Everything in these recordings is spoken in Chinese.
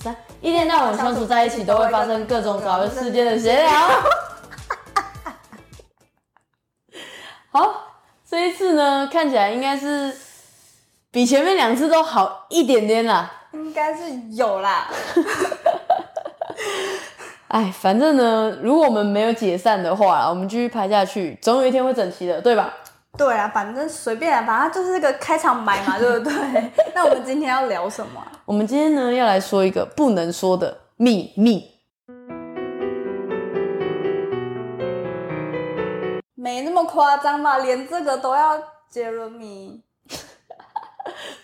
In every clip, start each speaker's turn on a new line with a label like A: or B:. A: 三，一天到晚相处在一起都会发生各种搞笑事件的闲聊。好，这一次呢，看起来应该是比前面两次都好一点点啦。
B: 应该是有啦。
A: 哎，反正呢，如果我们没有解散的话，我们继续拍下去，总有一天会整齐的，对吧？
B: 对啊，反正随便啊，反正就是个开场白 嘛，对不对？那我们今天要聊什么啊？
A: 我们今天呢要来说一个不能说的秘密。
B: 没那么夸张吧，连这个都要杰伦迷。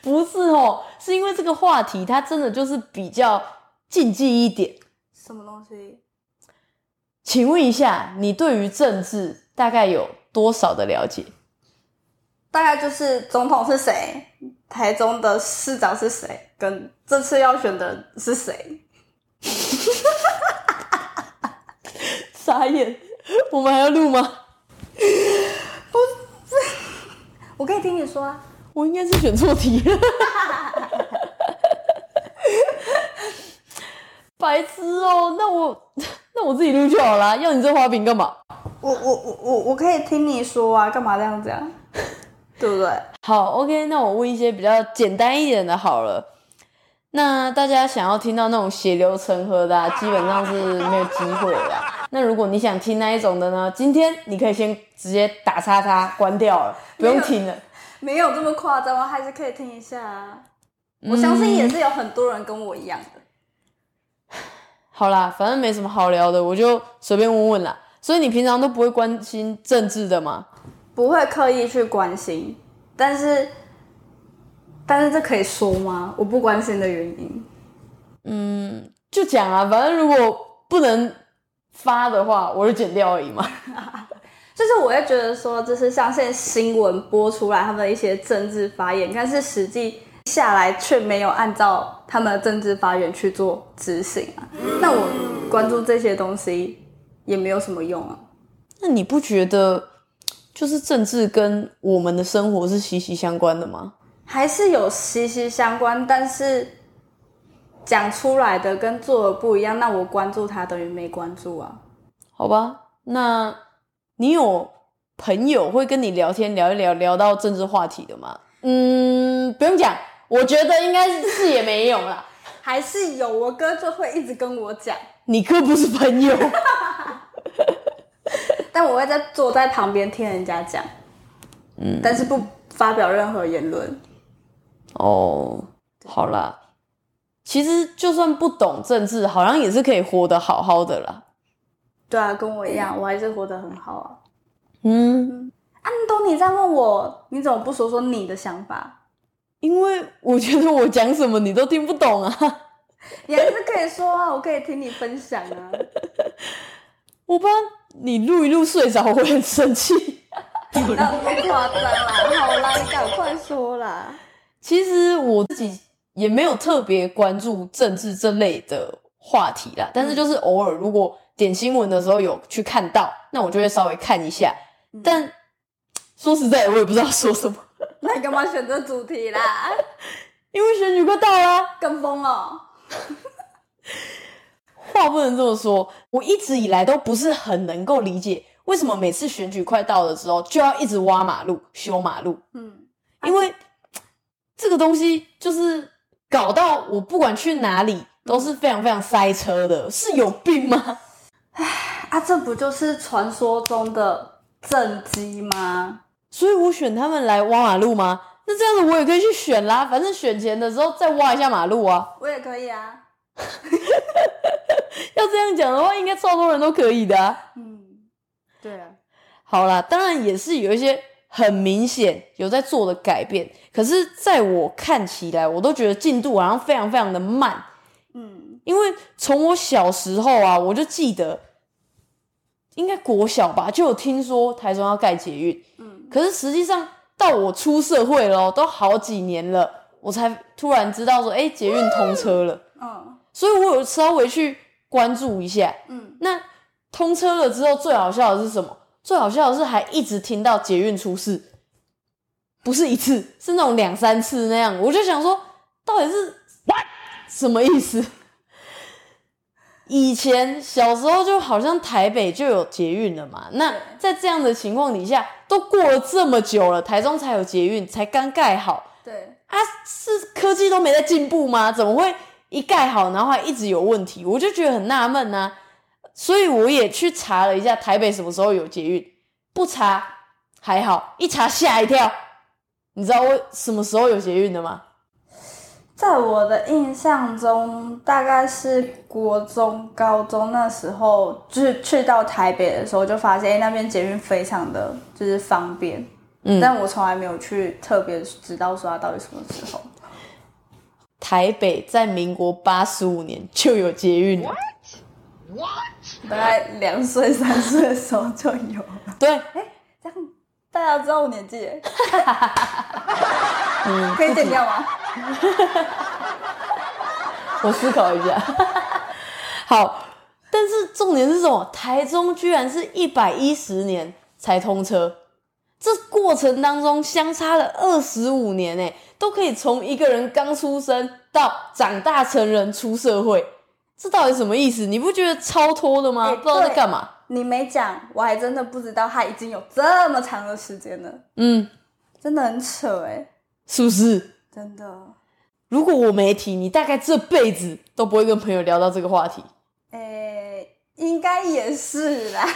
A: 不是哦，是因为这个话题它真的就是比较禁忌一点。
B: 什么东西？
A: 请问一下，你对于政治大概有多少的了解？
B: 大概就是总统是谁，台中的市长是谁，跟这次要选的人是谁。
A: 傻眼，我们还要录吗？
B: 我可以听你说啊。
A: 我应该是选错题了， 白痴哦、那我 那我自己录就好啦，要你这花瓶干嘛？
B: 我我我我我可以听你说啊，干嘛这样子啊？ 对不对？
A: 好，OK，那我问一些比较简单一点的好了。那大家想要听到那种血流成河的、啊，基本上是没有机会的啊、那如果你想听那一种的呢，今天你可以先直接打叉叉关掉了，不用听了。
B: 没有这么夸张啊，还是可以听一下啊。我相信也是有很多人跟我一样的。
A: 好啦，反正没什么好聊的，我就随便问问啦。所以你平常都不会关心政治的吗？
B: 不会刻意去关心，但是，但是这可以说吗？我不关心的原因，
A: 就讲啊，反正如果不能发的话，我就剪掉而已嘛。
B: 就是我会觉得说，就是像现在新闻播出来他们的一些政治发言，但是实际下来却没有按照他们的政治发言去做执行啊。那我关注这些东西也没有什么用啊。
A: 那你不觉得就是政治跟我们的生活是息息相关的吗？
B: 还是有息息相关，但是讲出来的跟做的不一样，那我关注他等于没关注啊。
A: 好吧，那你有朋友会跟你聊天聊一聊聊到政治话题的吗？嗯，不用讲，我觉得应该是也没有啦。
B: 还是有，我哥就会一直跟我讲，
A: 你哥不是朋友，
B: 但我会在坐在旁边听人家讲，嗯，但是不发表任何言论。
A: 哦，好啦，其实就算不懂政治，好像也是可以活得好好的啦。
B: 对啊，跟我一样，我还是活得很好啊。
A: 嗯，
B: 安东尼在问我，你怎么不说说你的想法？
A: 因为我觉得我讲什么你都听不懂啊。
B: 你还是可以说啊，我可以听你分享啊。
A: 我怕你录一录睡着，我会很生气。
B: 那不夸张啦，好啦，你赶快说啦。
A: 其实我自己也没有特别关注政治这类的话题啦，但是就是偶尔如果点新闻的时候有去看到，那我就会稍微看一下。但说实在，我也不知道说什么，
B: 那你干嘛选这主题啦？啊
A: 因为选举快到啦，
B: 跟风哦。
A: 话不能这么说。我一直以来都不是很能够理解，为什么每次选举快到的时候就要一直挖马路、修马路。
B: 嗯，
A: 因为这个东西就是搞到我不管去哪里都是非常非常塞车的，是有病吗？
B: 啊，这不就是传说中的政绩吗？
A: 所以我选他们来挖马路吗？那这样子我也可以去选啦，反正选前的时候再挖一下马路啊。
B: 我也可以啊。
A: 要这样讲的话，应该超多人都可以的、啊。
B: 嗯，对啊，
A: 好啦，当然也是有一些很明显有在做的改变，可是在我看起来，我都觉得进度好像非常非常的慢。
B: 嗯，
A: 因为从我小时候啊，我就记得，应该国小吧，就有听说台中要盖捷运。
B: 嗯，
A: 可是实际上到我出社会咯，都好几年了，我才突然知道说，哎、捷运通车了。
B: 嗯
A: 所以我有稍微去关注一下。
B: 嗯，
A: 那通车了之后，最好笑的是什么？最好笑的是还一直听到捷运出事，不是一次，是那种两三次那样。我就想说，到底是什么意思？以前小时候就好像台北就有捷运了嘛，那在这样的情况底下，都过了这么久了，台中才有捷运，才刚盖好
B: 对，
A: 啊，是科技都没在进步吗？怎么会一盖好，然后还一直有问题？我就觉得很纳闷呐。所以我也去查了一下台北什么时候有捷运，不查还好，一查吓一跳。你知道我什么时候有捷运的吗？
B: 在我的印象中，大概是国中、高中那时候，就是去到台北的时候，就发现、哎那边捷运非常的就是方便。
A: 嗯
B: 但我从来没有去特别知道说它到底什么时候。
A: 台北在民国八十五年就有捷运了。
B: 大概两岁、三岁的时候就有了。
A: 对，
B: 这样大家知道我年纪 耶？可以剪掉吗？
A: 我思考一下。 好，但是重点是什么？台中居然是一百一十年才通车，这过程当中相差了二十五年诶，都可以从一个人刚出生到长大成人出社会，这到底什么意思？你不觉得超脱的吗？
B: 哎
A: 不知道在
B: 对
A: 干嘛。
B: 你没讲，我还真的不知道它已经有这么长的时间了，
A: 嗯，
B: 真的很扯哎，
A: 是不是？
B: 真的。
A: 如果我没提，你大概这辈子都不会跟朋友聊到这个话题。
B: 诶，应该也是啦。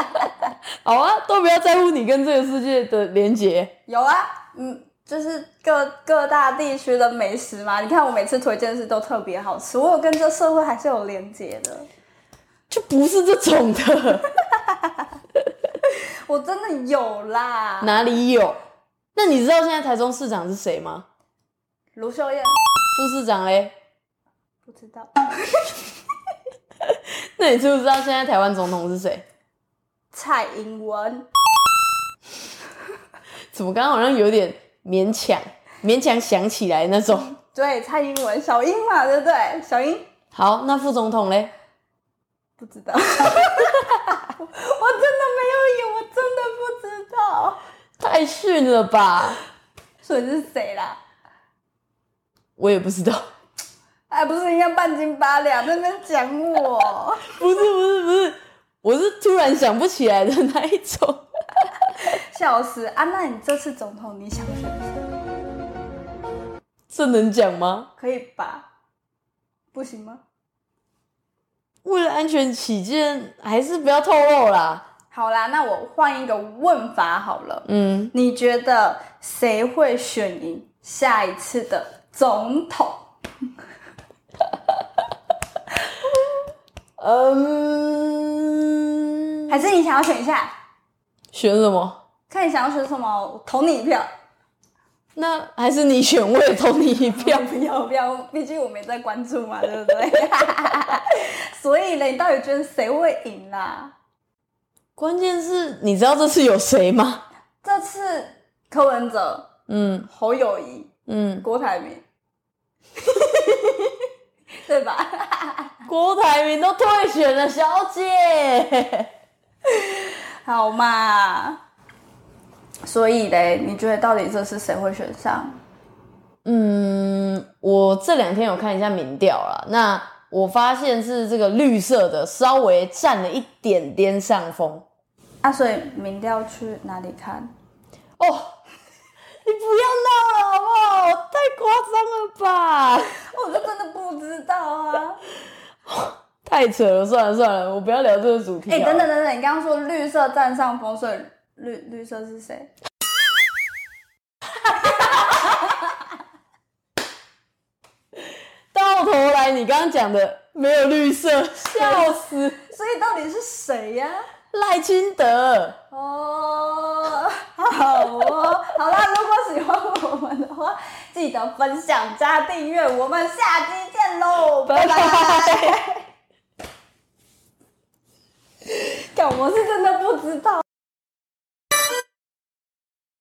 A: 好啊，都不要在乎你跟这个世界的连结。
B: 有啊，嗯，就是各各大地区的美食嘛。你看我每次推荐的是都特别好吃，我有跟这社会还是有连结的。
A: 就不是这种的，
B: 我真的有啦，
A: 哪里有？那你知道现在台中市长是谁吗？
B: 卢秀燕
A: 副市长嘞？
B: 不知道，
A: 那你知不知道现在台湾总统是谁？
B: 蔡英文
A: 怎么刚刚好像有点勉强，勉强想起来那种。
B: 对，蔡英文小英嘛，对不对？小英
A: 好，那副总统嘞？
B: 不知道，我真的没有有，我真的不知道，
A: 太逊了吧！
B: 所以是谁啦？
A: 我也不知道。
B: 哎，不是应该半斤八两在那边讲我？
A: 不是不是不是，我是突然想不起来的那一种。
B: 笑死啊！那你这次总统你想选谁？
A: 这能讲吗？
B: 可以吧？不行吗？
A: 为了安全起见，还是不要透露啦。
B: 好啦，那我换一个问法好了。
A: 嗯，
B: 你觉得谁会选赢下一次的总统？
A: 嗯，
B: 还是你想要选一下？
A: 选什么？
B: 看你想要选什么，我投你一票。
A: 那还是你选，我也投你一
B: 不要
A: 票。
B: 不要不要，毕竟我没在关注嘛， 对不对？所以呢，你到底觉得谁会赢啊啦？
A: 关键是，你知道这次有谁吗？
B: 这次柯文哲、
A: 嗯
B: 侯友谊、
A: 嗯，
B: 郭台铭， 对吧？
A: 郭台铭都退选了，小姐。
B: 好嘛。所以嘞，你觉得到底这次谁会选上？
A: 嗯，我这两天有看一下民调啦，那我发现是这个绿色的稍微占了一点点上风。
B: 啊，所以民调去哪里看？
A: 哦， 你不要闹了好不好？太夸张了吧！
B: 我就真的不知道啊。
A: 太扯了，算了算了，我不要聊这个主题。
B: 哎、等，等等等，你刚刚说绿色占上风，所以绿绿色是谁？
A: 到头来你刚刚讲的没有绿色，笑死。
B: 所以到底是谁呀、
A: 赖清德，
B: 哦，好哦，好啦，如果喜欢我们的话，记得分享加订阅，我们下期见喽，拜拜。干，我是真的不知道。